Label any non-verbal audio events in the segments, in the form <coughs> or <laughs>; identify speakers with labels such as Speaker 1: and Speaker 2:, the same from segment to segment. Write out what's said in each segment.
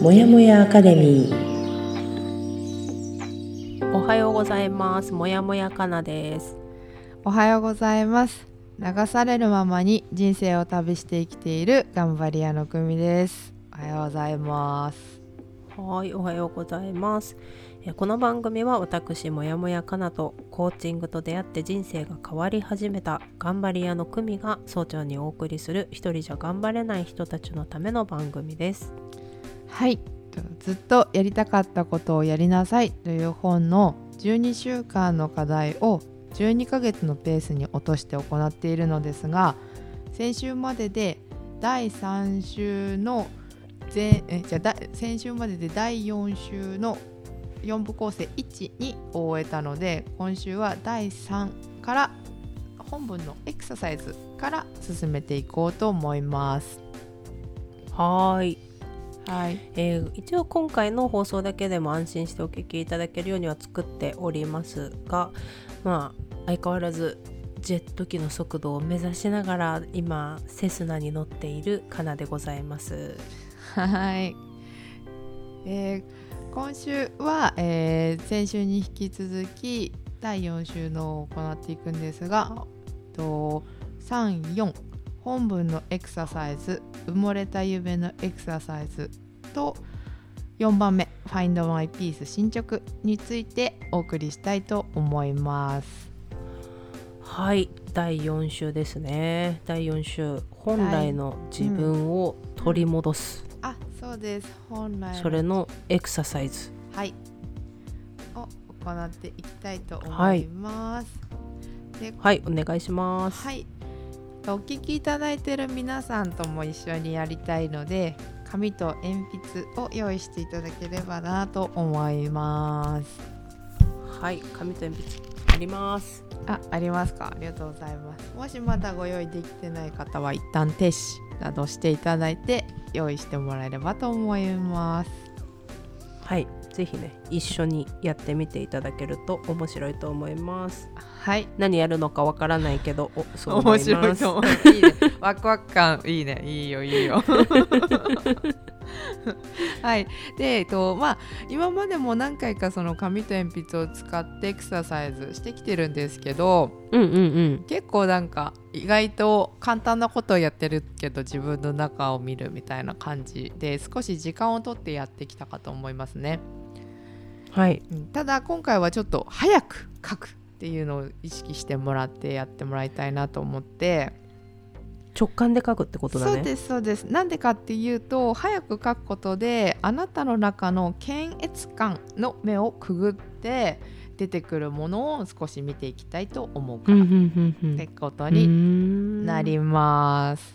Speaker 1: もやもやアカデミー
Speaker 2: おはようございます。もやもやかなです。
Speaker 3: おはようございます流されるままに人生を旅して生きている頑張り屋の組ですおはようございます
Speaker 2: はい、おはようございます。えーこの番組は私もやもやかなとコーチングと出会って人生が変わり始めた頑張り屋の組が総長にお送りする一人じゃ頑張れない人たちのための番組です。
Speaker 3: はいずっとやりたかったことをやりなさいという本の12週間の課題を12ヶ月のペースに落として行っているのですが先週までで第3週の前えじゃあだ先週までで第4週の4部構成12を終えたので今週は第3から本文のエクササイズから進めていこうと思います。
Speaker 2: はーい、
Speaker 3: はい、
Speaker 2: えー一応今回の放送だけでも安心してお聞きいただけるようには作っておりますがまあ相変わらずジェット機の速度を目指しながら今セスナに乗っているカナでございます
Speaker 3: はい、えー今週は、えー先週に引き続き第4週のを行っていくんですが34本文のエクササイズ埋もれた夢のエクササイズと4番目「Find My Peace 進捗」についてお送りしたいと思います。
Speaker 2: はい第4週ですね第4週本来の自分を取り戻す、
Speaker 3: あそうです本来の
Speaker 2: それのエクササイズ
Speaker 3: はい、を行っていきたいと
Speaker 2: は
Speaker 3: 思
Speaker 2: い
Speaker 3: います。
Speaker 2: はいお願いします
Speaker 3: はい、お聞きいただいている皆さんとも一緒にやりたいので紙と鉛筆を用意していただければなと思います
Speaker 2: はい、紙と鉛筆あります
Speaker 3: あありますかありがとうございますもしまだご用意できてない方は一旦停止などしていただいて用意してもらえればと思います
Speaker 2: はい、ぜひね一緒にやってみていただけると面白いと思います。
Speaker 3: はい
Speaker 2: 何やるのかわからないけど、おそう思いま
Speaker 3: 面
Speaker 2: す。
Speaker 3: 白いと思ういいねワクワク感いいねいいよいい <laughs> よはいでえっとまあ今までも何回かその紙と鉛筆を使ってエクササイズしてきてるんですけど
Speaker 2: うんうんうん。
Speaker 3: 結構なんか意外と簡単なことをやってるけど自分の中を見るみたいな感じで少し時間をとってやってきたかと思いますね
Speaker 2: はい、
Speaker 3: うんただ今回はちょっと早く書くっていうのを意識してもらってやってもらいたいなと思って
Speaker 2: 直感で書くってことだね。
Speaker 3: そうですそうですなんでかっていうと早く書くことであなたの中の検閲感の目をくぐって出てくるものを少し見ていきたいと思うか
Speaker 2: うん
Speaker 3: ら、
Speaker 2: う
Speaker 3: っ
Speaker 2: んうんうん
Speaker 3: て。こと
Speaker 2: う
Speaker 3: に
Speaker 2: ん
Speaker 3: なります、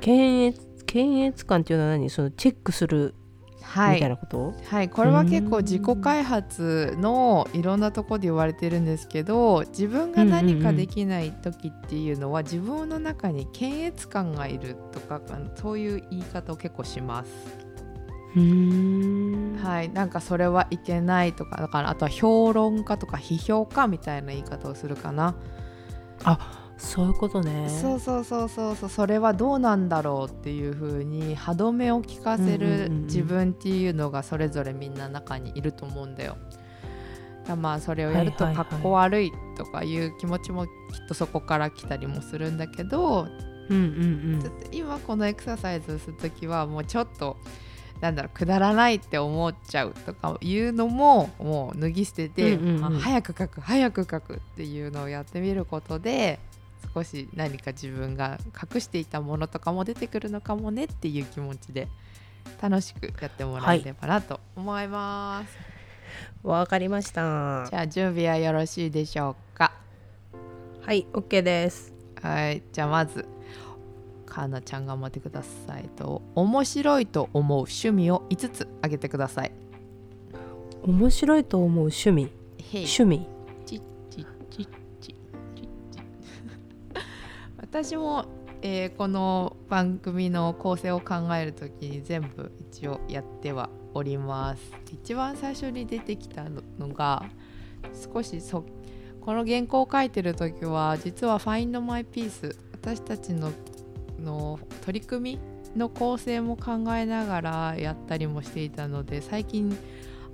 Speaker 2: 検閲検閲感っていうのは何？そのチェックする
Speaker 3: は
Speaker 2: みたい
Speaker 3: い
Speaker 2: なこと？
Speaker 3: はい、これは結構自己開発のいろんなとこで言われてるんですけど自分が何かできない時っていうのは自分の中に検閲感がいるとかあのそういう言い方を結構します。
Speaker 2: うんい。
Speaker 3: はい、なんかそれはいけないとかだからあとは評論家とか批評家みたいな言い方をするかな、
Speaker 2: そういうことね。
Speaker 3: そうそうそうそうそうそれはどうなんだろうっていう風に歯止めを聞かせ
Speaker 2: うんうんう
Speaker 3: る
Speaker 2: んうん
Speaker 3: 自分っていうのがそれぞれみんな中にいると思うんだよ。だまあそれをやると
Speaker 2: はいはい
Speaker 3: か
Speaker 2: はい
Speaker 3: っこ悪いとかいう気持ちもきっとそこから来たりもするんだけど
Speaker 2: うんうん
Speaker 3: ちょっと今このエクササイズをする時はもうちょっとなんだろうくだらないって思っちゃうとかいうのももう脱ぎ捨てて、
Speaker 2: うんうんうん
Speaker 3: あ早く書く早く書くっていうのをやってみることで少し何か自分が隠していたものとかも出てくるのかもねっていう気持ちで楽しくやってもらえればなと思います。
Speaker 2: うん。わかりました。
Speaker 3: じゃあ準備はよろしいでしょうか
Speaker 2: はい、オッケーです。
Speaker 3: はい、じゃあまずかなちゃん頑張ってくださいと面白いと思う趣味を5つ挙げてください。
Speaker 2: 面白いと思う趣味
Speaker 3: へ
Speaker 2: 趣味。
Speaker 3: ちっちっちっちっちっち私も、えーこの番組の構成を考えるときに全部一応やってはおります一番最初に出てきたのが少しそこの原稿を書いてる時は実は「Find My Peace」私たちのの取り組みの構成も考えながらやったりもしていたので最近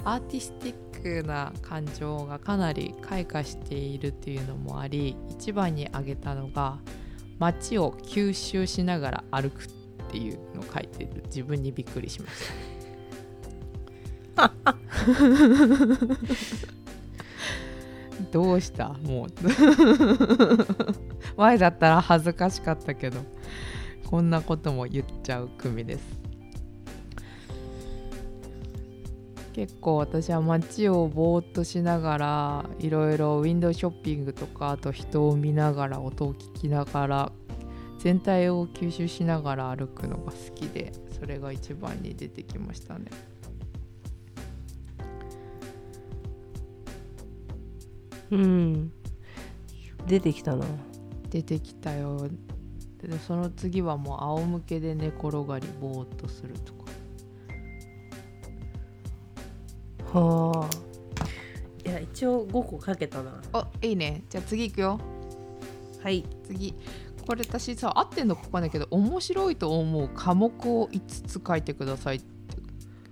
Speaker 3: アーティスティックな感情がかなり開花しているっていうのもあり一番に挙げたのが街を吸収しながら歩くっていうのを書いてる自分にびっくりしました。どうしたもう前だったら恥ずかしかったけどこんなことも言っちゃう組です結構私は街をぼーっとしながらいろいろウィンドウショッピングとかあと人を見ながら音を聞きながら全体を吸収しながら歩くのが好きでそれが一番に出てきましたね
Speaker 2: うん出てきたな
Speaker 3: 出てきたよでその次はもう仰向けで寝転がりぼーっとするとか
Speaker 2: はあいや一応5個かけたな
Speaker 3: あいいねじゃあ次いくよ
Speaker 2: はい
Speaker 3: 次これ私さ合ってんのかわかんないけど面白いと思う科目を5つ書いてくださいって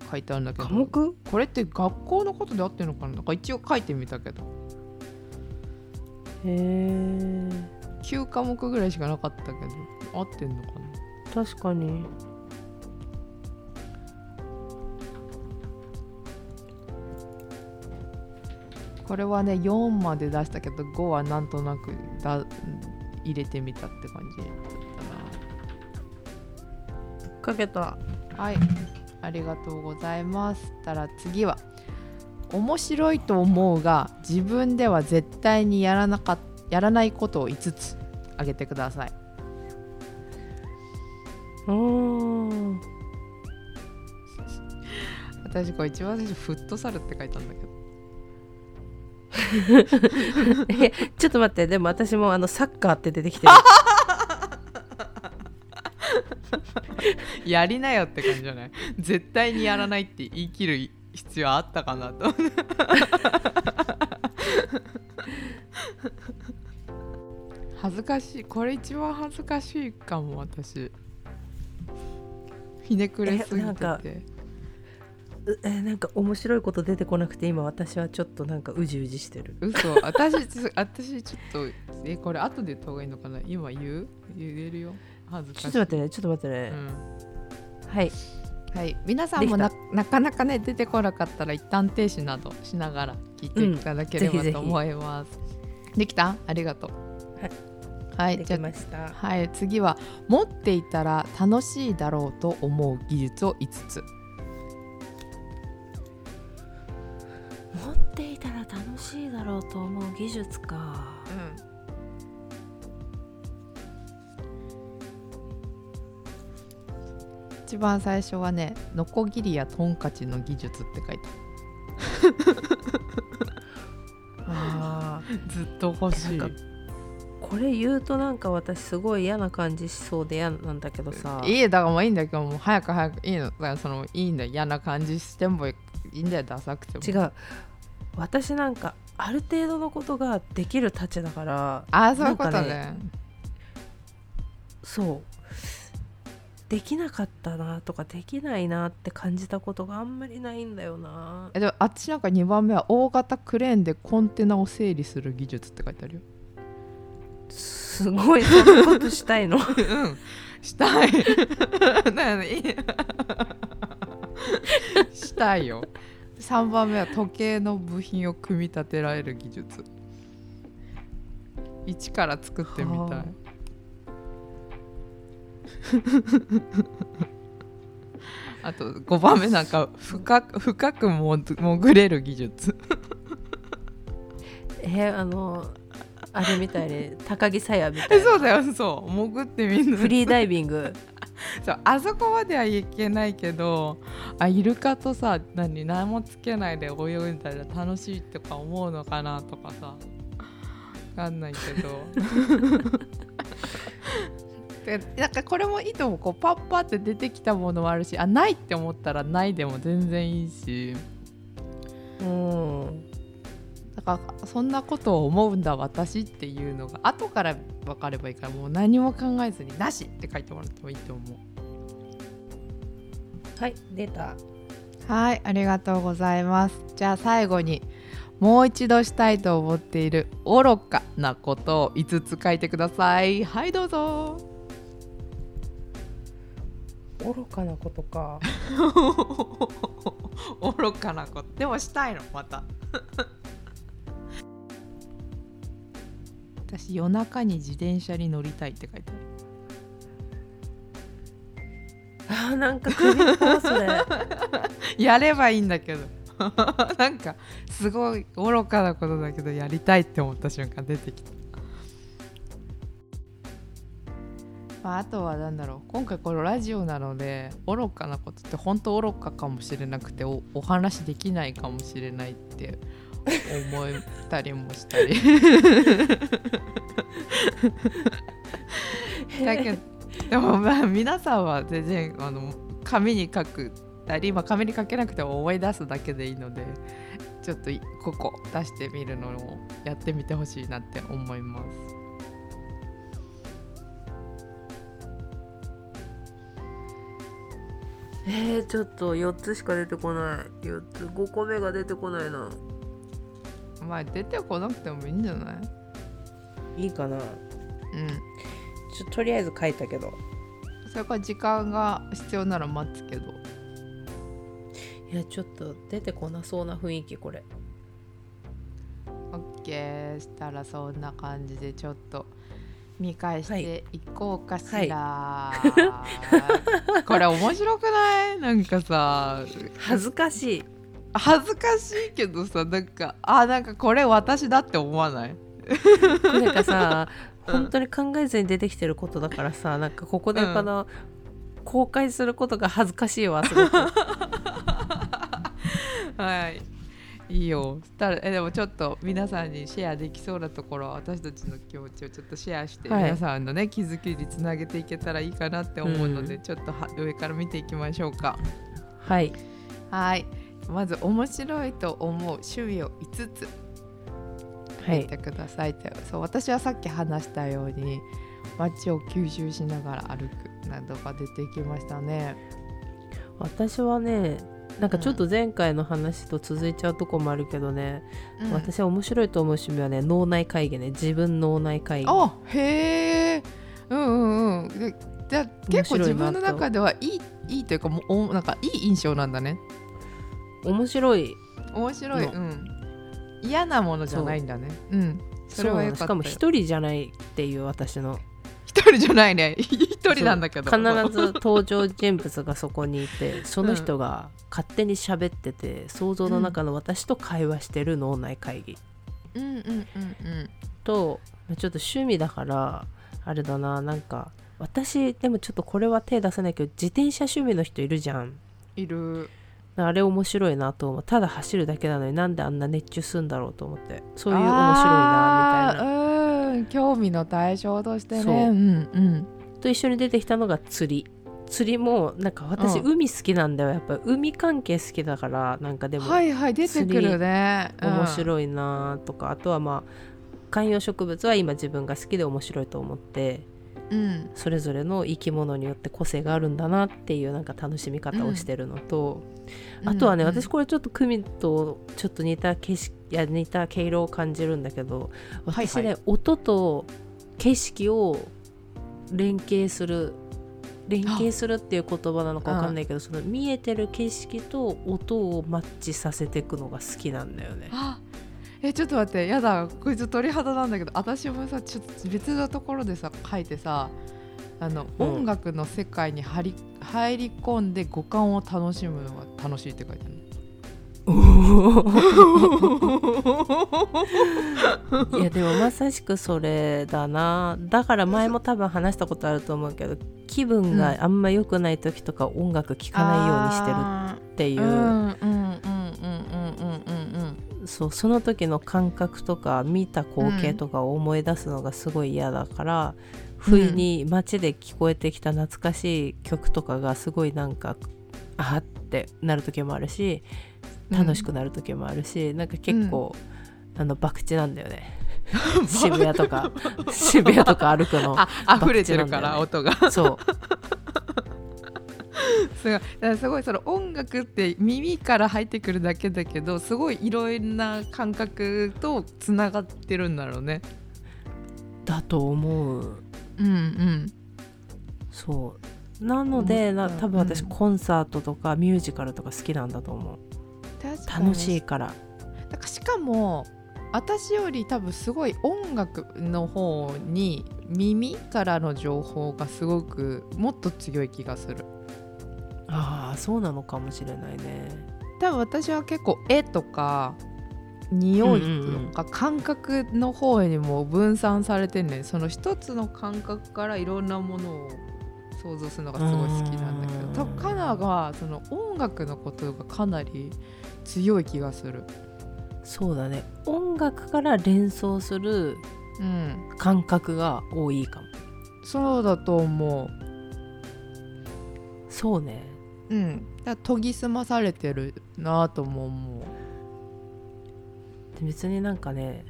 Speaker 3: 書いてあるんだけど
Speaker 2: 科目
Speaker 3: これって学校のことで合ってるのかななんか一応書いてみたけど
Speaker 2: へえ
Speaker 3: 9科目ぐらいしかなかったけど合ってんのかな
Speaker 2: 確かに
Speaker 3: これはね4まで出したけど5はなんとなくだ入れてみたって感じだったな
Speaker 2: かけた
Speaker 3: はい、ありがとうございます。たら次は面白いと思うが自分では絶対にやらなかっやらないことを5つ挙げてください。
Speaker 2: うん
Speaker 3: 私これ一番最初フットサルって書いたんだけど。
Speaker 2: え <coughs> ちょっと待ってでも私もあのサッカーって出てきてる
Speaker 3: やりなよって感じじゃない。絶対にやらないって言い切る必要あったかなと。恥ずかしい。これ一番恥ずかしいかも私。ひねくれす
Speaker 2: えな
Speaker 3: ぎ
Speaker 2: ん
Speaker 3: て
Speaker 2: か
Speaker 3: て。
Speaker 2: うえなんか面白いこと出てこなくて今私はちょっとなんかうじうじしてる
Speaker 3: 嘘私ちょ私ちょっとえこれ後で言った方がいいのかな今言う言えるよ恥ずかし
Speaker 2: ちょっと
Speaker 3: い
Speaker 2: 待ってねちょっと待ってね、はい
Speaker 3: はい皆さんもななかなかね出てこなかったら一旦停止などしながら聞いていただけれ
Speaker 2: うん
Speaker 3: ば
Speaker 2: ぜひぜひ
Speaker 3: と思います、できたありがとうはい、
Speaker 2: で
Speaker 3: じゃ
Speaker 2: き
Speaker 3: あ
Speaker 2: ました
Speaker 3: はい次は持っていたら楽しいだろうと思う技術を5つ
Speaker 2: 持っていたら楽しいだろうと思う技術か
Speaker 3: 一番最初はね「ノコギリやトンカチの技術」って書いて
Speaker 2: あ
Speaker 3: あるずっと欲しい
Speaker 2: なんかこれ言うとなんか私すごい嫌な感じしそうで嫌なんだけどさ
Speaker 3: いいだからもういいんだけどもう早く早くいいのだからそのいいんだよ嫌な感じしてもいいんだよダサくても
Speaker 2: 違う私なんかある程度のことができるたちだから
Speaker 3: ああそういうこと
Speaker 2: な
Speaker 3: ね
Speaker 2: んかそうできなかったなとかできないなって感じたことがあんまりないんだよな
Speaker 3: えでもあっちなんか2番目は大型クレーンでコンテナを整理する技術って書いてあるよ
Speaker 2: すごいそんなことしたいの
Speaker 3: うん、したい。 <laughs> だよね <laughs> いい。したいよ。3番目は時計の部品を組み立てられる技術。一から作ってみたい
Speaker 2: は。
Speaker 3: <laughs> あと5番目なんか深く深くも潜れる技術。
Speaker 2: <laughs> えあのあれみたいに高木さやみた
Speaker 3: え
Speaker 2: いな
Speaker 3: そうだよ <laughs> そう潜ってみんな
Speaker 2: フリーダイビング
Speaker 3: そうあそこまではいけないけどあイルカとさ何何もつけないで泳いだら楽しいとか思うのかなとかさ分かんないけど。で <laughs> なんかこれもいいと思うこうパッパって出てきたものもあるしあないって思ったらないでも全然いいし
Speaker 2: うん
Speaker 3: だからそんなことを思うんだ私っていうのが後から分かればいいからもう何も考えずに「なし!」って書いてもらってもいいと思う。
Speaker 2: はい出た
Speaker 3: はい、ありがとうございます。じゃあ最後にもう一度したいと思っている愚かなことを5つ書いてください。はい、どうぞ。 <laughs>
Speaker 1: 愚かなことか。
Speaker 3: 愚かなこと。でもしたいの、また。 <laughs> 私夜中に自転車に乗りたいって書いてある。
Speaker 2: あーなんか首かそれ
Speaker 3: <laughs> やればいいんだけど <laughs> なんかすごい愚かなことだけどやりたいって思った瞬間出てきた、まあ、あとは何だろう今回このラジオなので愚かなことって本当愚かかもしれなくておお話できないかもしれないって思ったりもしたりだけどでもまあ皆さんは全然あの紙に書くたり、まあ、紙に書けなくても思い出すだけでいいのでちょっといここ出してみるのをやってみてほしいなって思います。
Speaker 2: <laughs> えー、ちょっと4つしか出てこない4つ5個目が出てこないな
Speaker 3: まあ出てこなくてもいいんじゃない
Speaker 1: いいかな。
Speaker 3: うん。
Speaker 1: ちょとりあえず書いたけど。
Speaker 3: それから時間が必要なら待つけど。
Speaker 2: いやちょっと出てこなそうな雰囲気これ
Speaker 3: OK したらそんな感じでちょっと見返し
Speaker 1: は
Speaker 3: て
Speaker 1: い
Speaker 3: いこうかしら、 <laughs> これ面白くないなんかさ
Speaker 2: 恥ずかしい
Speaker 3: 恥ずかしいけどさなんかあなんかこれ私だって思わない
Speaker 2: なんかさ
Speaker 3: うん
Speaker 2: 本当に考えずに出てきてることだからさなんかここでこの、公開することが恥ずかしいわすごく
Speaker 3: はい。いいよ。したらえでもちょっと皆さんにシェアできそうなところは私たちの気持ちをちょっとシェアして、
Speaker 2: はい
Speaker 3: 皆さんのね気づきにつなげていけたらいいかなって思うので、
Speaker 2: うん
Speaker 3: ちょっとは上から見ていきましょうか。
Speaker 2: はい
Speaker 3: はい。まず面白いと思う趣味を5つ
Speaker 1: は
Speaker 3: 書い。てくださいって、そう私はさっき話したように街を吸収しながら歩くなどが出てきましたね。
Speaker 2: 私はねなんかちょっと前回の話と続いちゃうとこもあるけどね、
Speaker 3: うん
Speaker 2: 私は面白いと思う趣味はね脳内会議ね自分脳内会議
Speaker 3: あへえうんうんうんでじゃあ結
Speaker 2: 面
Speaker 3: 構
Speaker 2: 白
Speaker 3: 自
Speaker 2: いなと
Speaker 3: 分の中ではいいいいというかもうおなんかいい印象なんだね
Speaker 2: 面白い
Speaker 3: 面白い、
Speaker 2: の
Speaker 3: うん、嫌なものじゃないんだねうんそれはよかった
Speaker 2: そうなのしかも一
Speaker 3: よ
Speaker 2: 人じゃないっていう私の
Speaker 3: 一人じゃないね <laughs> 一人なんだけど
Speaker 2: そう必ず登場人物がそこにいてその人が勝手に喋ってて、想像の中の私と会話してる脳内会議
Speaker 3: うんうんうんうん
Speaker 2: とまあちょっと趣味だからあれだななんか私でもちょっとこれは手出せないけど自転車趣味の人いるじゃん
Speaker 3: いる
Speaker 2: あれ面白いなと思うただ走るだけなのになんであんな熱中するんだろうと思ってそういう面白いなみたいな
Speaker 3: なうん興味の対象として
Speaker 2: そう
Speaker 3: ねうんうん
Speaker 2: と一緒に出てきたのが釣り釣りもなんか私
Speaker 3: う
Speaker 2: 海好きなんだよやっぱ海関係好きだからなんかでも
Speaker 3: はいはい出てくるね
Speaker 2: 面
Speaker 3: い、
Speaker 2: 白いなとか、あとはまあ観葉植物は今自分が好きで面白いと思って
Speaker 3: うん
Speaker 2: それぞれの生き物によって個性があるんだなっていうなんか楽しみ方をしてるのと、
Speaker 3: うん、
Speaker 2: あとはね、
Speaker 3: うん
Speaker 2: 私これちょっとクミとちょっと似た景色いや似た毛色を感じるんだけど
Speaker 3: はい
Speaker 2: 私ね、音と景色を連携する連携するっていう言葉なのかわかんないけど、その見えてる景色と音をマッチさせていくのが好きなんだよね。
Speaker 3: あえちょっと待ってやだこいつ鳥肌なんだけど私もさちょっと別のところでさ書いてさあの、
Speaker 2: うん
Speaker 3: 音楽の世界に入り入り込んで五感を楽しむのが楽しいって書いてある
Speaker 2: いやでもまさしくそれだなだから前も多分話したことあると思うけど気分があんま良くない時とか音楽聴かないようにしてるっていうう、
Speaker 3: んうんうんうんうんうんうん
Speaker 2: そうその時の感覚とか見た光景とかを思い出すのがすごい嫌だから、不意に街で聞こえてきた懐かしい曲とかがすごいなんかあってなる時もあるし
Speaker 3: うん
Speaker 2: 楽しくなる時もあるし、なんか結構、あの博打なんだよ
Speaker 3: <laughs>
Speaker 2: ね渋谷とか渋谷とか歩くの
Speaker 3: あ溢れてるか
Speaker 2: バッ
Speaker 3: ら音が
Speaker 2: そう
Speaker 3: すごいだからすごいその音楽って耳から入ってくるだけだけどすごいいろんな感覚とつながってるんだろうね。
Speaker 2: だと思う
Speaker 3: うんうん、
Speaker 2: そうなので、
Speaker 3: 思
Speaker 2: な
Speaker 3: った
Speaker 2: 多分私
Speaker 3: うん
Speaker 2: コンサートとかミュージカルとか好きなんだと思う
Speaker 3: 確かに
Speaker 2: 楽しいから
Speaker 3: だからしかも私より多分すごい音楽の方に耳からの情報がすごくもっと強い気がする
Speaker 2: ああそうなのかもしれないね
Speaker 3: 多分私は結構絵とか匂いとか感覚の方にも分散されてるねその一つの感覚からいろんなものを想像するのがすごい好きなんだけ
Speaker 2: う
Speaker 3: ど
Speaker 2: ん
Speaker 3: 多分カナがその音楽のことがかなり強い気がする。
Speaker 2: そうだね音楽から連想する
Speaker 3: うん
Speaker 2: 感覚が多いかも
Speaker 3: そうだと思
Speaker 2: そうね
Speaker 3: う。うん。だ研ぎ澄まされてるなぁとも思
Speaker 2: で別になんかね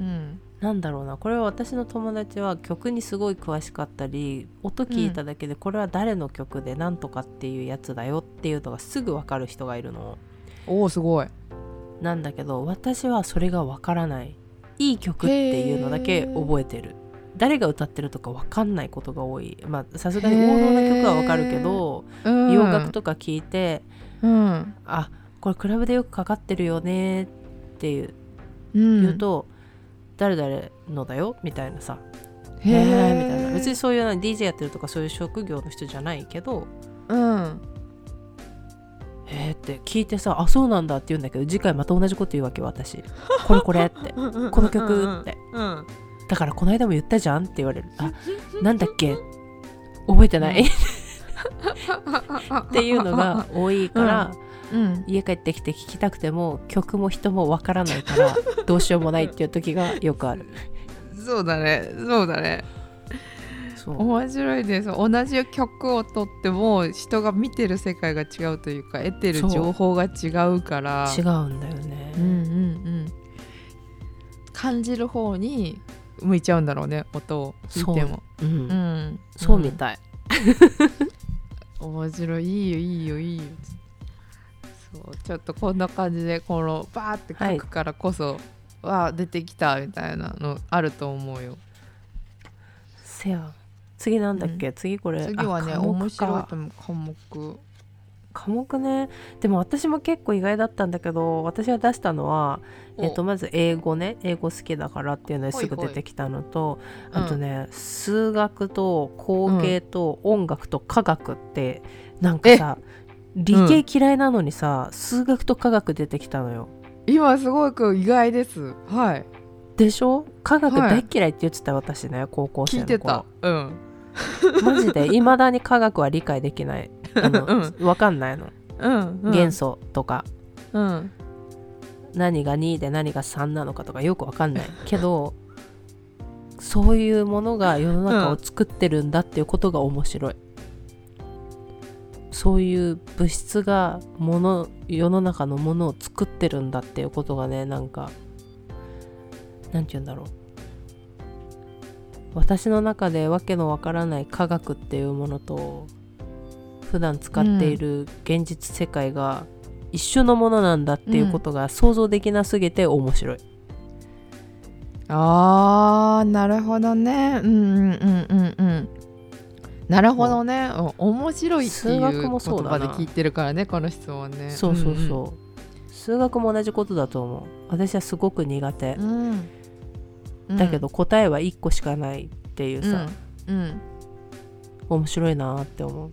Speaker 3: う。うん。
Speaker 2: なんだろうなこれは私の友達は曲にすごい詳しかったり音聞いただけでこれは誰の曲でなんとかっていうやつだよっていうのがすぐ分かる人がいるの
Speaker 3: おおすごい。
Speaker 2: なんだけど私はそれが分からないいい曲っていうのだけ覚えてる誰が歌ってるとか分かんないことが多いまあさすがに王道な曲は分かるけど
Speaker 3: うん、
Speaker 2: 洋楽とか聞いて
Speaker 3: うん。
Speaker 2: あこれクラブでよくかかってるよねっていう
Speaker 3: うん。
Speaker 2: 言うと、誰々のだよみたいなさ
Speaker 3: へ
Speaker 2: へ
Speaker 3: え
Speaker 2: えみたいな別にそういうな DJ やってるとかそういう職業の人じゃないけど
Speaker 3: うん。
Speaker 2: えー、って聞いてさあそうなんだって言うんだけど次回また同じこと言うわけよ
Speaker 3: <laughs>
Speaker 2: 私これこれってこ
Speaker 3: こ
Speaker 2: の曲って
Speaker 3: うん。
Speaker 2: だからこの間も言ったじゃんって言われるあなんだっけ覚えてないっていうの
Speaker 3: <laughs>
Speaker 2: が多いから、
Speaker 3: うん。
Speaker 2: 家帰ってきて聞きたくても曲も人もわからない
Speaker 3: <laughs>
Speaker 2: からどうしようもないっていう時がよくある
Speaker 3: そうだね。そうだね。
Speaker 2: そう
Speaker 3: 面白いです。同じ曲をとっても人が見てる世界が違うというか得てる
Speaker 2: そう
Speaker 3: 情報が違うから。
Speaker 2: 違うんだよね、
Speaker 3: うんうんうん、感じる方に向いちゃうんだろうね音を聞いても
Speaker 2: うん
Speaker 3: う、ん、
Speaker 2: そうみたい、
Speaker 3: うん面白いいいよいいよいいよそうちょっとこんな感じでこのバーって書くからこそ、わあ出てきたみたいなのあると思うよ
Speaker 2: せや次なんだっけ、次これ
Speaker 3: 次はね
Speaker 2: あ科目か
Speaker 3: 面白いと思う科目
Speaker 2: 科目ねでも私も結構意外だったんだけど私が出したのは、
Speaker 3: お
Speaker 2: えっとまず英語ね英語好きだからっていうのですぐ
Speaker 3: ほいほい
Speaker 2: 出てきたのと
Speaker 3: うん
Speaker 2: あとね、数学と工芸と音楽と科学って、なんかさ理系嫌いなのにさ、数学と科学出てきたのよ。
Speaker 3: 今すごく意外ですはい
Speaker 2: でしょ科学
Speaker 3: はい
Speaker 2: 大嫌いって言ってた私ね、高校生
Speaker 3: 聞
Speaker 2: の頃
Speaker 3: いてたうん
Speaker 2: マジでいまだに科学は理解できないあ
Speaker 3: <laughs>
Speaker 2: の、わかんないの
Speaker 3: うん、うん、
Speaker 2: 元素とか
Speaker 3: うん
Speaker 2: 何が2で何が3なのかとかよくわかんないけどそういうものが世の中を作ってるんだっていうことが面白い、そういう物質がもの世の中のものを作ってるんだっていうことがねなんかなんて言うんだろう私の中でわけのわからない科学っていうものと普段使っている現実世界が一緒のものなんだっていうことが想像できなすぎて面白い、
Speaker 3: あーなるほどねうんうんうんうんうんなるほどね、うん面白いってい
Speaker 2: 数
Speaker 3: う言葉
Speaker 2: 学もそうだな
Speaker 3: で聞いてるからねこの質問ね
Speaker 2: そうそうそう、数学も同じことだと思う私はすごく苦手
Speaker 3: う、んうんうん
Speaker 2: だけど答えは1個しかないっていう
Speaker 3: うん
Speaker 2: さ、
Speaker 3: うん
Speaker 2: 面白いなーって思う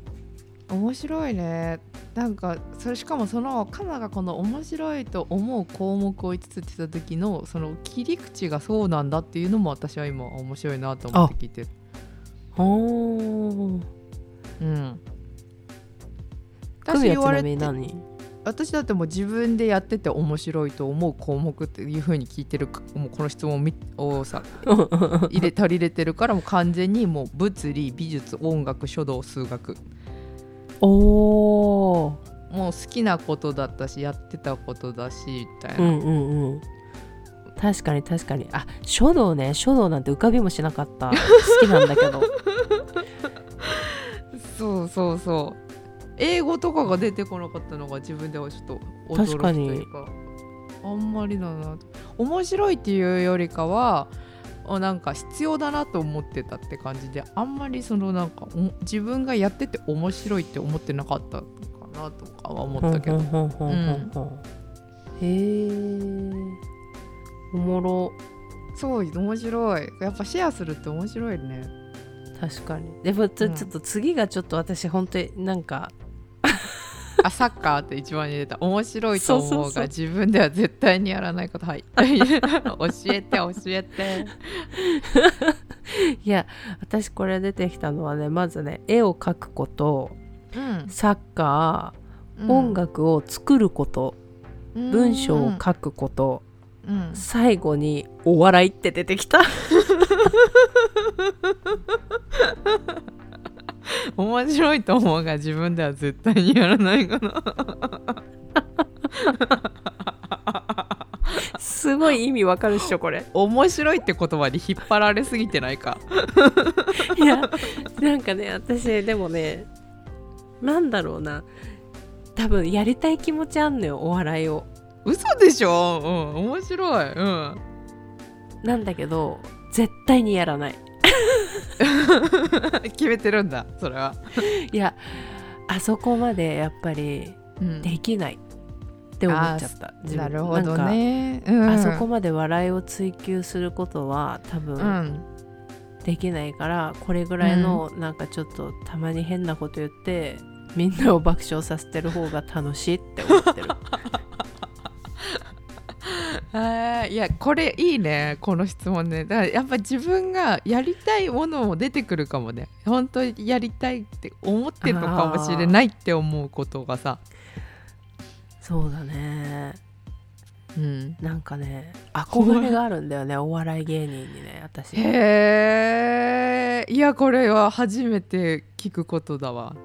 Speaker 3: 面白いねなんかそれしかもそのカナがこの面白いと思う項目を5つって言った時のその切り口がそうなんだっていうのも私は今面白いなと思って聞いてる
Speaker 2: おー
Speaker 3: うん
Speaker 2: クミはちなみ
Speaker 3: て
Speaker 2: に何
Speaker 3: 私だってもう自分でやってて面白いと思う項目っていうふうに聞いてるかもうこの質問をみ
Speaker 2: <laughs>
Speaker 3: をさ入れ取り入れてるからもう完全にもう物理美術音楽書道数学
Speaker 2: おー
Speaker 3: もう好きなことだったしやってたことだしみたいうな、
Speaker 2: んうんうん確かに確かにあ書道ね書道なんて浮かびもしなかった好きなんだけど
Speaker 3: そうそうそ英語とかが出てこなかったのが自分ではちょっと驚き
Speaker 2: 確か
Speaker 3: と
Speaker 2: に
Speaker 3: いうかあんまりだな面白いっていうよりかはあなんか必要だなと思ってたって感じであんまりそのなんかお自分がやってて面白いって思ってなかったかなとかは <laughs> 思ったけど、
Speaker 2: ほんほんほんほんほんへえおもろ
Speaker 3: そう面白いやっぱシェアするって面白いね
Speaker 2: 確かにでもちょ
Speaker 3: うん
Speaker 2: ちょっと次がちょっと私本当になんか
Speaker 3: あサッカーって一番に出た面白いと思うが
Speaker 2: そうそうそう
Speaker 3: 自分では絶対にやらないことはい <laughs> 教えて教えて
Speaker 2: いや私これ出てきたのはねまずね絵を描くこと
Speaker 3: う
Speaker 2: サッカー、
Speaker 3: ん
Speaker 2: 音楽を作ること文章を書くこと、
Speaker 3: うん
Speaker 2: 最後に「お笑い」って出てきた <laughs>
Speaker 3: 面白いと思うが自分では絶対にやらないかな
Speaker 2: すごい意味わかるっしょこれ
Speaker 3: 面白いって言葉に引っ張られすぎてないか
Speaker 2: いやなんかね私でもねなんだろうな多分やりたい気持ちあんのよお笑いを
Speaker 3: 嘘でしょ、うん、面白い、うん、
Speaker 2: なんだけど絶対にやらない
Speaker 3: 決めてるんだそれは、
Speaker 2: いやあそこまでやっぱり
Speaker 3: うん
Speaker 2: できないって思っちゃった自分
Speaker 3: なるほど
Speaker 2: なんか
Speaker 3: ね、うん、
Speaker 2: あそこまで笑いを追求することは多分、
Speaker 3: うん
Speaker 2: できないからこれぐらいのなんかちょっとたまに変なこと言って、みんなを爆笑させてる方が楽しいって思って
Speaker 3: <laughs>
Speaker 2: る
Speaker 3: あーいやこれいいねこの質問ねだからやっぱ自分がやりたいものも出てくるかもね本当にやりたいって思ってるのかもしれないって思うことがさ、
Speaker 2: そうだね
Speaker 3: うん、
Speaker 2: なんかね憧れがあるんだよねお笑い芸人にね私
Speaker 3: へえいやこれは初めて聞くことだわ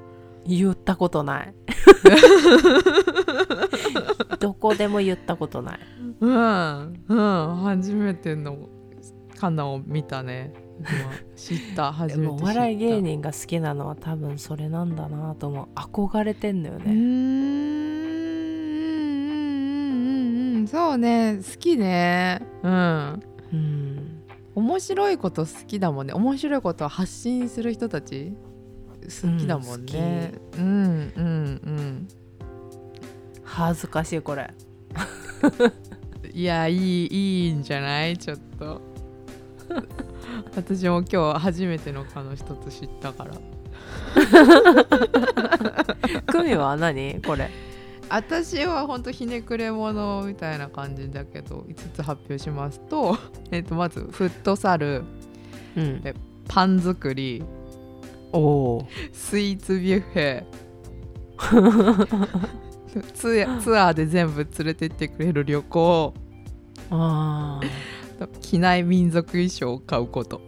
Speaker 2: 言ったことない
Speaker 3: <laughs>
Speaker 2: どこでも言ったことない
Speaker 3: うんうん初めてのカナを見たね今知った
Speaker 2: <laughs>
Speaker 3: 初
Speaker 2: で
Speaker 3: めて
Speaker 2: も
Speaker 3: 知っ
Speaker 2: お
Speaker 3: た
Speaker 2: 笑い芸人が好きなのは多分それなんだなと思う憧れてんのよ
Speaker 3: うーん
Speaker 2: ね、
Speaker 3: うんうんうんうんそうね好きねうん
Speaker 2: うん、
Speaker 3: 面白いこと好きだもんね面白いことを発信する人たち好きだもんね、うん、うんうん
Speaker 2: 恥ずかしいこ
Speaker 3: <laughs>
Speaker 2: れ
Speaker 3: いやいいいいんじゃないちょっと私も今日初めての蚊の一つ知ったから
Speaker 2: クミは何これ
Speaker 3: 私は本当ひねくれ者みたいな感じだけど5つ発表しますと, 、えっとまずフットサル
Speaker 2: うん
Speaker 3: パン作り
Speaker 2: おお
Speaker 3: スイーツビュッフェツアツアーで全部連れてってくれる旅行
Speaker 2: ああ
Speaker 3: 着ない民族衣装を買うこと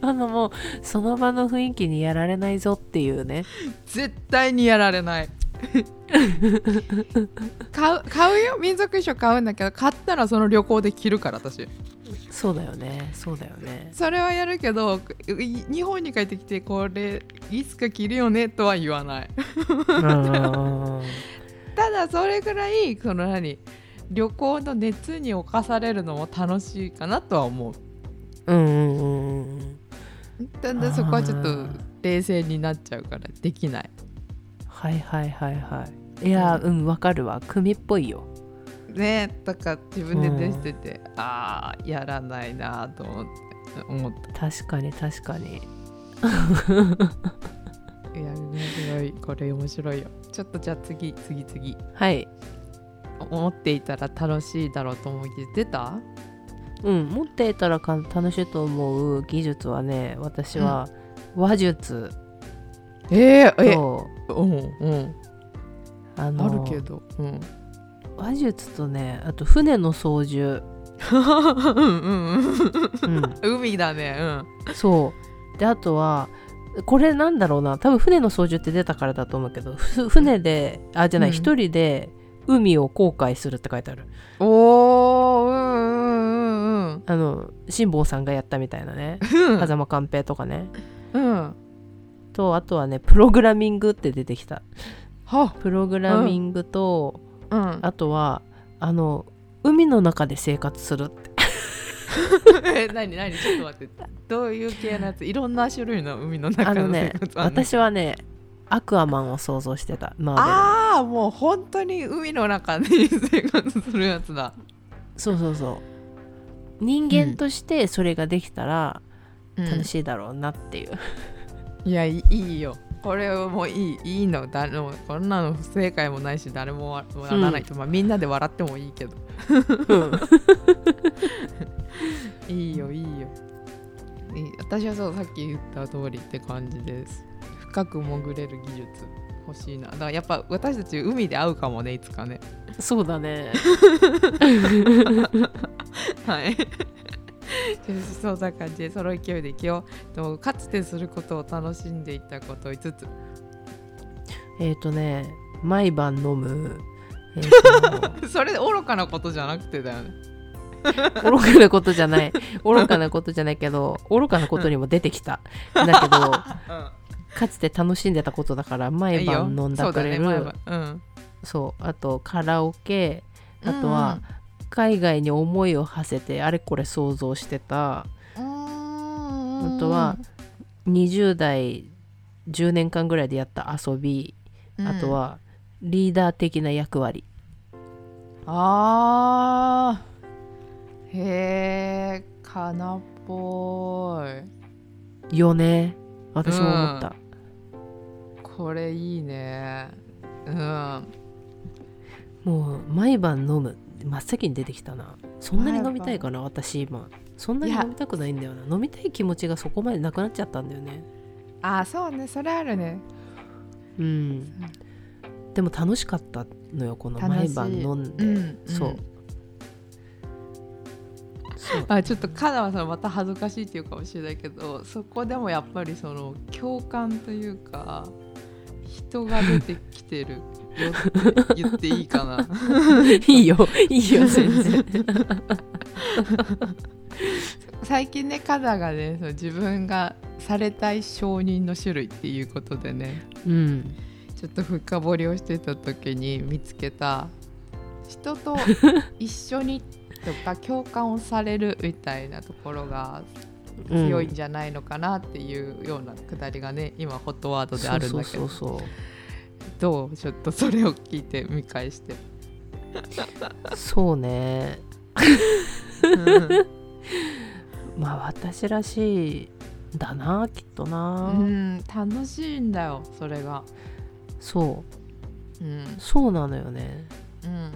Speaker 2: あのもうその場の雰囲気にやられないぞっていうね
Speaker 3: 絶対にやられない買う買うよ民族衣装買うんだけど買ったらその旅行で着るから私
Speaker 2: そうだよねそうだよね
Speaker 3: それはやるけどい日本に帰ってきてこれいつか着るよねとは言わないただそれぐらいその何旅行の熱に侵されるのも楽しいかなとは思う
Speaker 2: うんうんうんうん
Speaker 3: ただそこはちょっ
Speaker 2: あ
Speaker 3: と
Speaker 2: ー
Speaker 3: 冷静になっちゃうからできない
Speaker 2: はいはいはいはいいやーうんわかるわ組っぽいよ
Speaker 3: ねだから自分で出してて、ああやらないなと思って思った
Speaker 2: 確かに確かに
Speaker 3: いや面白いこれ面白いよちょっとじゃあ次次次
Speaker 2: はい
Speaker 3: 思っていたら楽しいだろうと思うけど出た
Speaker 2: うん持っていたらか楽しいと思う技術はね私は話術
Speaker 3: え
Speaker 2: と、
Speaker 3: ー、えうんうん
Speaker 2: あ
Speaker 3: あ
Speaker 2: の
Speaker 3: るけどうん
Speaker 2: 話術とねあと船の操
Speaker 3: <laughs>
Speaker 2: 縦、
Speaker 3: うんうん
Speaker 2: うん、
Speaker 3: 海だねうん
Speaker 2: そうであとはこれなんだろうな多分船の操縦って出たからだと思うけどふ船であじゃない
Speaker 3: うん
Speaker 2: 一、人で海を航海するって書いてある
Speaker 3: おーうんうんうん
Speaker 2: あの辛坊さんがやったみたいなね風間寛平とかね
Speaker 3: うん
Speaker 2: とあとはねプログラミングって出てきた
Speaker 3: は
Speaker 2: プログラミングと、
Speaker 3: うん <laughs>
Speaker 2: あとはあの海の中で生活するって
Speaker 3: え何何ちょっと待ってどういう系のやついろんな種類の海の中
Speaker 2: あの
Speaker 3: の生
Speaker 2: ね
Speaker 3: 活あるの
Speaker 2: 私はねアクアマンを想像してたマーベルの
Speaker 3: ああもう本当に海の中で生活するやつだ
Speaker 2: そうそうそう人間としてそれができたら楽しいだろうなっていう、
Speaker 3: いやいいいいよこれはもういいいいのだもうこんなの不正解もないし誰もわ笑わないと、まあみんなで笑ってもいいけどいいよいいよいい私はそうさっき言った通りって感じです深く潜れる技術欲しいなだからやっぱ私たち海で会うかもねいつか <laughs> ね
Speaker 2: <laughs> そうだね
Speaker 3: はいそんな感じでその勢いで生きようでもかつてすることを楽しんでいたこと5つ <laughs>
Speaker 2: えっとね毎晩飲む、えーと
Speaker 3: それ愚かなことじゃなくてだよね
Speaker 2: 愚かなことじゃない愚かなことじゃないけど愚かなことにも出てきただけど
Speaker 3: <laughs> うん
Speaker 2: かつて楽しんでたことだから
Speaker 3: い
Speaker 2: 毎
Speaker 3: いよ
Speaker 2: 晩飲んだくれる
Speaker 3: そう
Speaker 2: そう,、
Speaker 3: だね前はうん
Speaker 2: あとカラオケあとは海外に思いを馳せてあれこれ想像してた
Speaker 3: あ
Speaker 2: あとは、20代10年間ぐらいでやった遊び、
Speaker 3: うん
Speaker 2: あとはリーダー的な役割
Speaker 3: あーへえかなっぽい
Speaker 2: よね私も思った、
Speaker 3: これいいねうん
Speaker 2: もう毎晩飲む真っ先に出てきたなそんなに飲みたいかな私今そんなに飲みたくないんだよな飲みたい気持ちがそこまでなくなっちゃったんだよね
Speaker 3: あそうねそれあるね
Speaker 2: うんでも楽しかったのよこの毎晩飲んで、
Speaker 3: 楽しいうん
Speaker 2: そう、
Speaker 3: うん
Speaker 2: そう
Speaker 3: あちょっとカナはさんまた恥ずかしいっていうかもしれないけどそこでもやっぱりその共感というか人が出てきてるよって言っていいかな
Speaker 2: いいよいいよ全然
Speaker 3: 最近ねカナがねその自分がされたい承認の種類っていうことでね
Speaker 2: うん
Speaker 3: ちょっと深掘りをしてた時に見つけた
Speaker 2: <laughs>
Speaker 3: 人と一緒にとか共感をされるみたいなところが
Speaker 2: うん
Speaker 3: 強いんじゃないのかなっていうようなくだりがね今ホットワードであるんだけ
Speaker 2: そうそう
Speaker 3: ど
Speaker 2: そうそう
Speaker 3: どうちょっとそれを聞いて見返して。
Speaker 2: そうね
Speaker 3: う
Speaker 2: まあ私らしいんだなきっとな、
Speaker 3: ん楽しいんだよそれが。
Speaker 2: そ
Speaker 3: うん
Speaker 2: うそうなのよね
Speaker 3: うん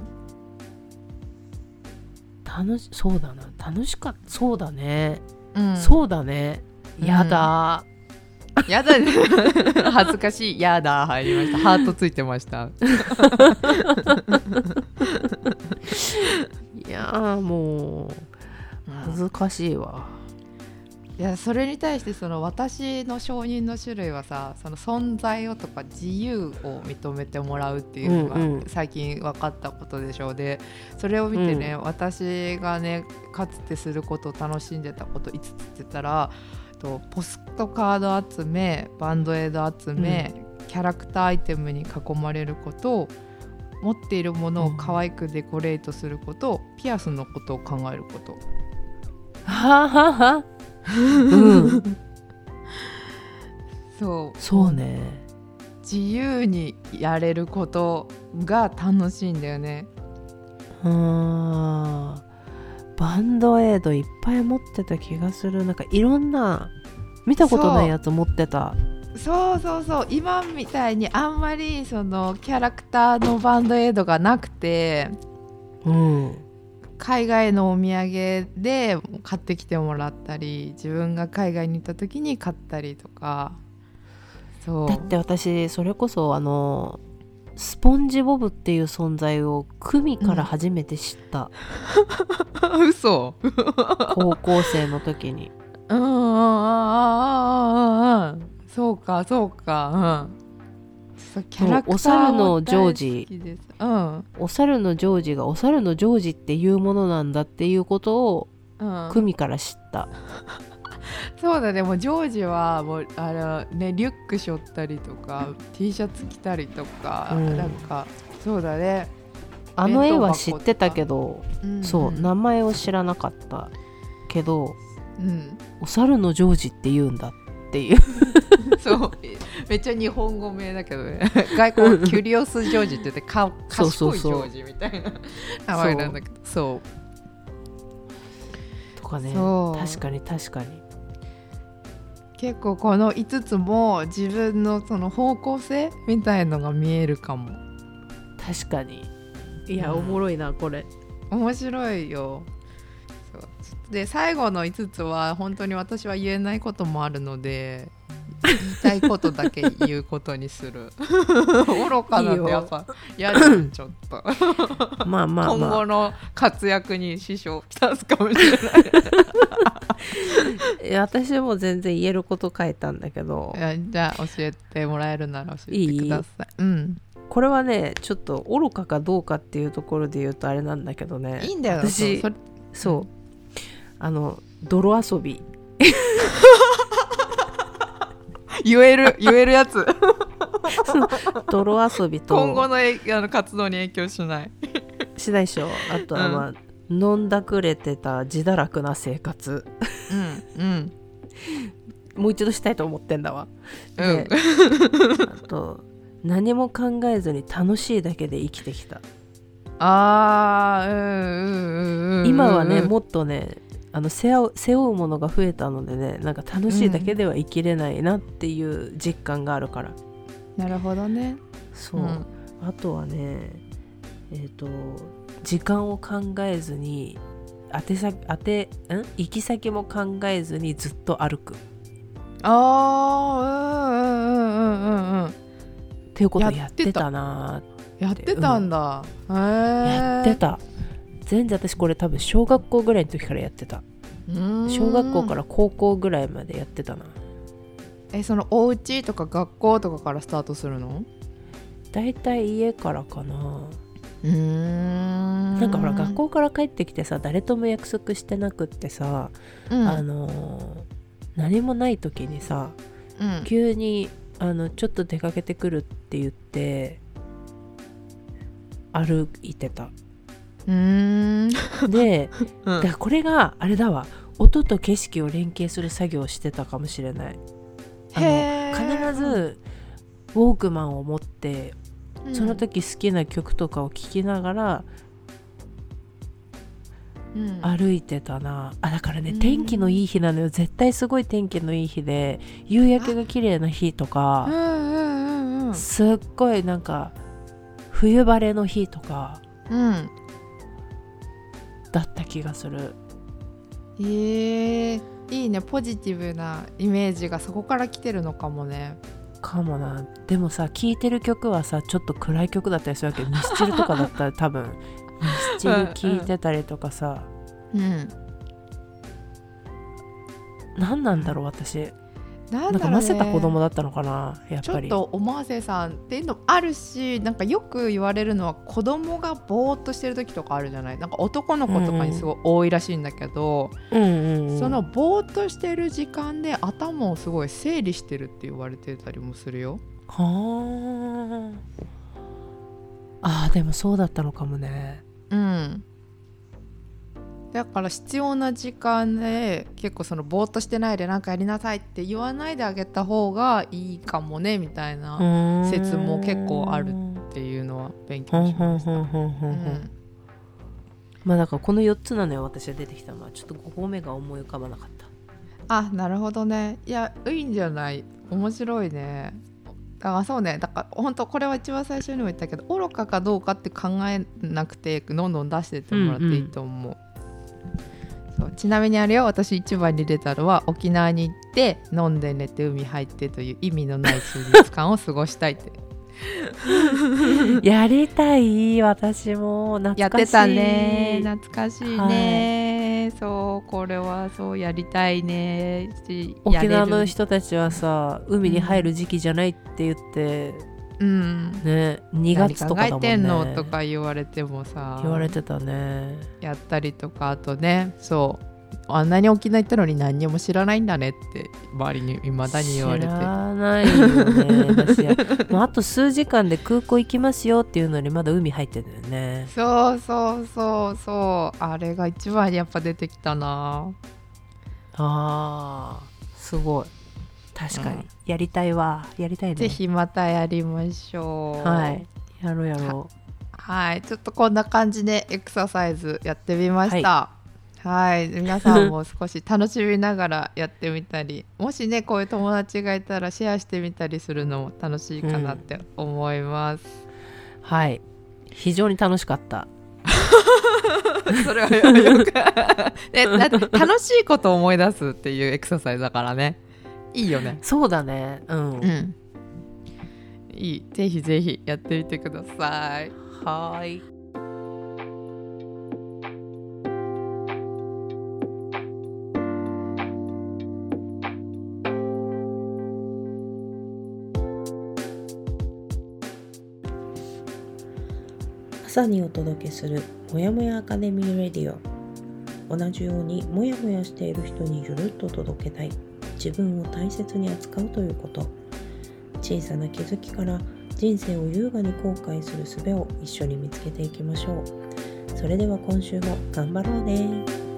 Speaker 2: 楽しそうだな楽しかったそうだね、
Speaker 3: うん、
Speaker 2: そうだね
Speaker 3: うん
Speaker 2: やだ、
Speaker 3: やだね <laughs> 恥ずかしいやだ入りましたハートついてました
Speaker 2: いやーもう恥ずかしいわ
Speaker 3: いやそれに対してその私の承認の種類はさその存在をとか自由を認めてもらうっていうのが
Speaker 2: うんうん
Speaker 3: 最近分かったことでしょうでそれを見てね、私がねかつてすることを楽しんでたこと5つって言ったらとポストカード集めバンドエイド集め、キャラクターアイテムに囲まれること持っているものを可愛くデコレートすること、ピアスのことを考えること。
Speaker 2: はあはあはあうん
Speaker 3: そう
Speaker 2: そうね
Speaker 3: 自由にやれることが楽しいんだよね。
Speaker 2: うーんバンドエイドいっぱい持ってた気がするなんかいろんな見たことないやつ持ってた
Speaker 3: そうそうそう今みたいにあんまりそのキャラクターのバンドエイドがなくて
Speaker 2: うん
Speaker 3: 海外のお土産で買ってきてもらったり自分が海外に行った時に買ったりとかそう
Speaker 2: だって私それこそあのスポンジボブっていう存在を組から初めて知った、
Speaker 3: 嘘
Speaker 2: 高校生の時に
Speaker 3: うんうんうんうんうんうんそうかそうかうんそうキャラクター
Speaker 2: お猿のジョー
Speaker 3: も
Speaker 2: ジ
Speaker 3: 大好きですうん
Speaker 2: お猿のジョージがお猿のジョージっていうものなんだっていうことを
Speaker 3: うん
Speaker 2: 組から知った
Speaker 3: そうだねもうジョージはもうあの、ね、リュック背負ったりとか T シャツ着たりとか、
Speaker 2: うん
Speaker 3: なんかそうだね、
Speaker 2: あの絵は知ってたけど、
Speaker 3: んん
Speaker 2: そう名前を知らなかったけど
Speaker 3: うん、
Speaker 2: お猿のジョージって言うんだっていう
Speaker 3: そう <laughs> めっちゃ日本語名だけどね <laughs> 外国キュリオスジョージって言ってか
Speaker 2: そうそう
Speaker 3: 賢いジ
Speaker 2: そう
Speaker 3: ョージみたいな名前なんだけどそう
Speaker 2: とかね
Speaker 3: そう
Speaker 2: 確かに確かに
Speaker 3: 結構この5つも自分のその方向性みたいのが見えるかも
Speaker 2: 確かにい
Speaker 3: やおも
Speaker 2: ろいなこれ
Speaker 3: 面白いよそうで最後の5つは本当に私は言えないこともあるので言いたいことだけ言うことにする <laughs> 愚かなんてやっぱ嫌じゃんちょっと
Speaker 2: まあまあ
Speaker 3: 今
Speaker 2: ま
Speaker 3: 後
Speaker 2: あ
Speaker 3: の活躍に支障をきすかもしれ <laughs> ない
Speaker 2: いや私も全然言えること書いたんだけど
Speaker 3: いやじゃあ教えてもらえるなら教えてください。うん、
Speaker 2: これはねちょっと愚かかどうかっていうところで言うとあれなんだけどね
Speaker 3: いいんだよ
Speaker 2: 私
Speaker 3: そうそれ
Speaker 2: そうあの泥遊び <laughs>
Speaker 3: 言える言えるやつ
Speaker 2: 泥遊びと
Speaker 3: 今後のえあの活動に影響しない。
Speaker 2: しないでしょあとは
Speaker 3: うん
Speaker 2: まあ、飲んだくれてた自堕落な生活
Speaker 3: うんうん
Speaker 2: もう一度したいと思ってんだわ
Speaker 3: う
Speaker 2: で
Speaker 3: ん <laughs>
Speaker 2: あと何も考えずに楽しいだけで生きてきた
Speaker 3: あーうんうんうんうん
Speaker 2: 今はね、
Speaker 3: うん
Speaker 2: もっとねあの背負う背負うものが増えたのでねなんか楽しいだけでは生きれないなっていう実感があるから、
Speaker 3: なるほどね。
Speaker 2: そう、
Speaker 3: うん
Speaker 2: あとはねえっ、と時間を考えずに宛先宛てん行き先も考えずにずっと歩くっ
Speaker 3: あーうんうんうんうんうん
Speaker 2: ていうことをや
Speaker 3: や
Speaker 2: っ
Speaker 3: っててた
Speaker 2: たな
Speaker 3: やってたんだ。へ
Speaker 2: ー
Speaker 3: え
Speaker 2: やってた全然私これ多分小学校ぐらいの時からやってた小学校からら高校ぐらいまでやってたな
Speaker 3: えそのお家とか学校とかからスタートするの
Speaker 2: だいたい家からかな
Speaker 3: うん
Speaker 2: なんかほら学、校から帰ってきてさ誰とも約束してなくってさ、
Speaker 3: うん、
Speaker 2: あのー何もない時にさ
Speaker 3: うん
Speaker 2: 急にあのちょっと出かけてくるって言って歩いて
Speaker 3: <laughs>
Speaker 2: た
Speaker 3: うーん
Speaker 2: で
Speaker 3: うん
Speaker 2: だからこれがあれだわ音と景色を連携する作業をしてたかもしれないあの
Speaker 3: へ
Speaker 2: 必
Speaker 3: ー
Speaker 2: ずウォークマンを持って
Speaker 3: うん
Speaker 2: その時好きな曲とかを聴きながら
Speaker 3: うん
Speaker 2: 歩いてたなあだからね
Speaker 3: うん
Speaker 2: 天気のいい日なのよ絶対すごい天気のいい日で夕焼けが綺麗な日と
Speaker 3: うん
Speaker 2: か
Speaker 3: うんうんうん
Speaker 2: すっごいなんか冬晴れの日とか
Speaker 3: うん
Speaker 2: だった気がする
Speaker 3: えーいいねポジティブなイメージがそこから来てるのかもね
Speaker 2: かもなでもさ聴いてる曲はさちょっと暗い曲だったりするわ
Speaker 3: <laughs>
Speaker 2: けミスチルとかだったら多分ミスチル聴いてたりとかさ
Speaker 3: うん
Speaker 2: 何なんだろう私
Speaker 3: な
Speaker 2: なんん
Speaker 3: だ
Speaker 2: か
Speaker 3: ろう
Speaker 2: な
Speaker 3: ね
Speaker 2: せた子供だったのかなやっ
Speaker 3: ちょ
Speaker 2: ぱ
Speaker 3: っ
Speaker 2: り
Speaker 3: とおませさんっていうのもあるしなんかよく言われるのは子供がぼーっとしてる時とかあるじゃないなんか男の子とかにすごい多いらしいんだけど、
Speaker 2: うんうんうん
Speaker 3: そのぼーっとしてる時間で頭をすごい整理してるって言われてたりもするよ。
Speaker 2: はああーでもそうだったのかもね
Speaker 3: うん、だから必要な時間で結構そのぼーっとしてないでなんかやりなさいって言わないであげた方がいいかもねみたいな説も結構あるっていうのは勉
Speaker 2: ほ
Speaker 3: 強
Speaker 2: ん
Speaker 3: し
Speaker 2: ほん
Speaker 3: まし
Speaker 2: ほ
Speaker 3: た。
Speaker 2: んほんほんほんまあだからこの4つなのよ私が出てきたのはちょっと5個目が思い浮かばなかった
Speaker 3: あなるほどねいやいいんじゃない面白いねだからそうねだから本当これは一番最初にも言ったけど愚かかどうかって考えなくてどんどん出してってもらっていいと思う,、そうちなみにあれよ私一番に出たのは沖縄に行って飲んで寝て海入ってという意味のない数日間を過ごしたいって
Speaker 2: <laughs> やりたい私も懐かしい
Speaker 3: やってたね懐かしいね、そうこれはそうやりたいねしや
Speaker 2: 沖
Speaker 3: れる
Speaker 2: 縄の人たちはさ海に入る時期じゃないって言って、
Speaker 3: うん
Speaker 2: ね2月とかだもんね
Speaker 3: 何考えてんのとか言われてもさ
Speaker 2: 言われてたね
Speaker 3: やったりとかあとねそあんなに沖縄行ったのに何にも知らないんだねって周りに未だに言われて
Speaker 2: 知らないよね <laughs> 私もうあと数時間で空港行きますよっていうのにまだ海入ってるよね
Speaker 3: そうそうそうそうあれが一番やっぱ出てきたな
Speaker 2: あーすごい確かに、
Speaker 3: うん
Speaker 2: やりたいわやりたいね
Speaker 3: ぜひまたやりましょう
Speaker 2: はいやろうやろ
Speaker 3: はいちょっとこんな感じでエクササイズやってみましたはい、皆さんも少し楽しみながらやってみた <laughs> りもしねこういう友達がいたらシェアしてみたりするのも楽しいかなって思います、
Speaker 2: うはい非常に楽しかった
Speaker 3: <laughs> それは <laughs> よくえだって楽しいことを思い出すっていうエクササイズだからねいいよね
Speaker 2: そうだねうん、
Speaker 3: うんいいぜひぜひやってみてください
Speaker 2: はーい
Speaker 1: 朝にお届けするもやもやアカデミーレディオ同じようにもやもやしている人にゆるっと届けたい自分を大切に扱うということ小さな気づきから人生を優雅に後悔する術を一緒に見つけていきましょうそれでは今週も頑張ろうね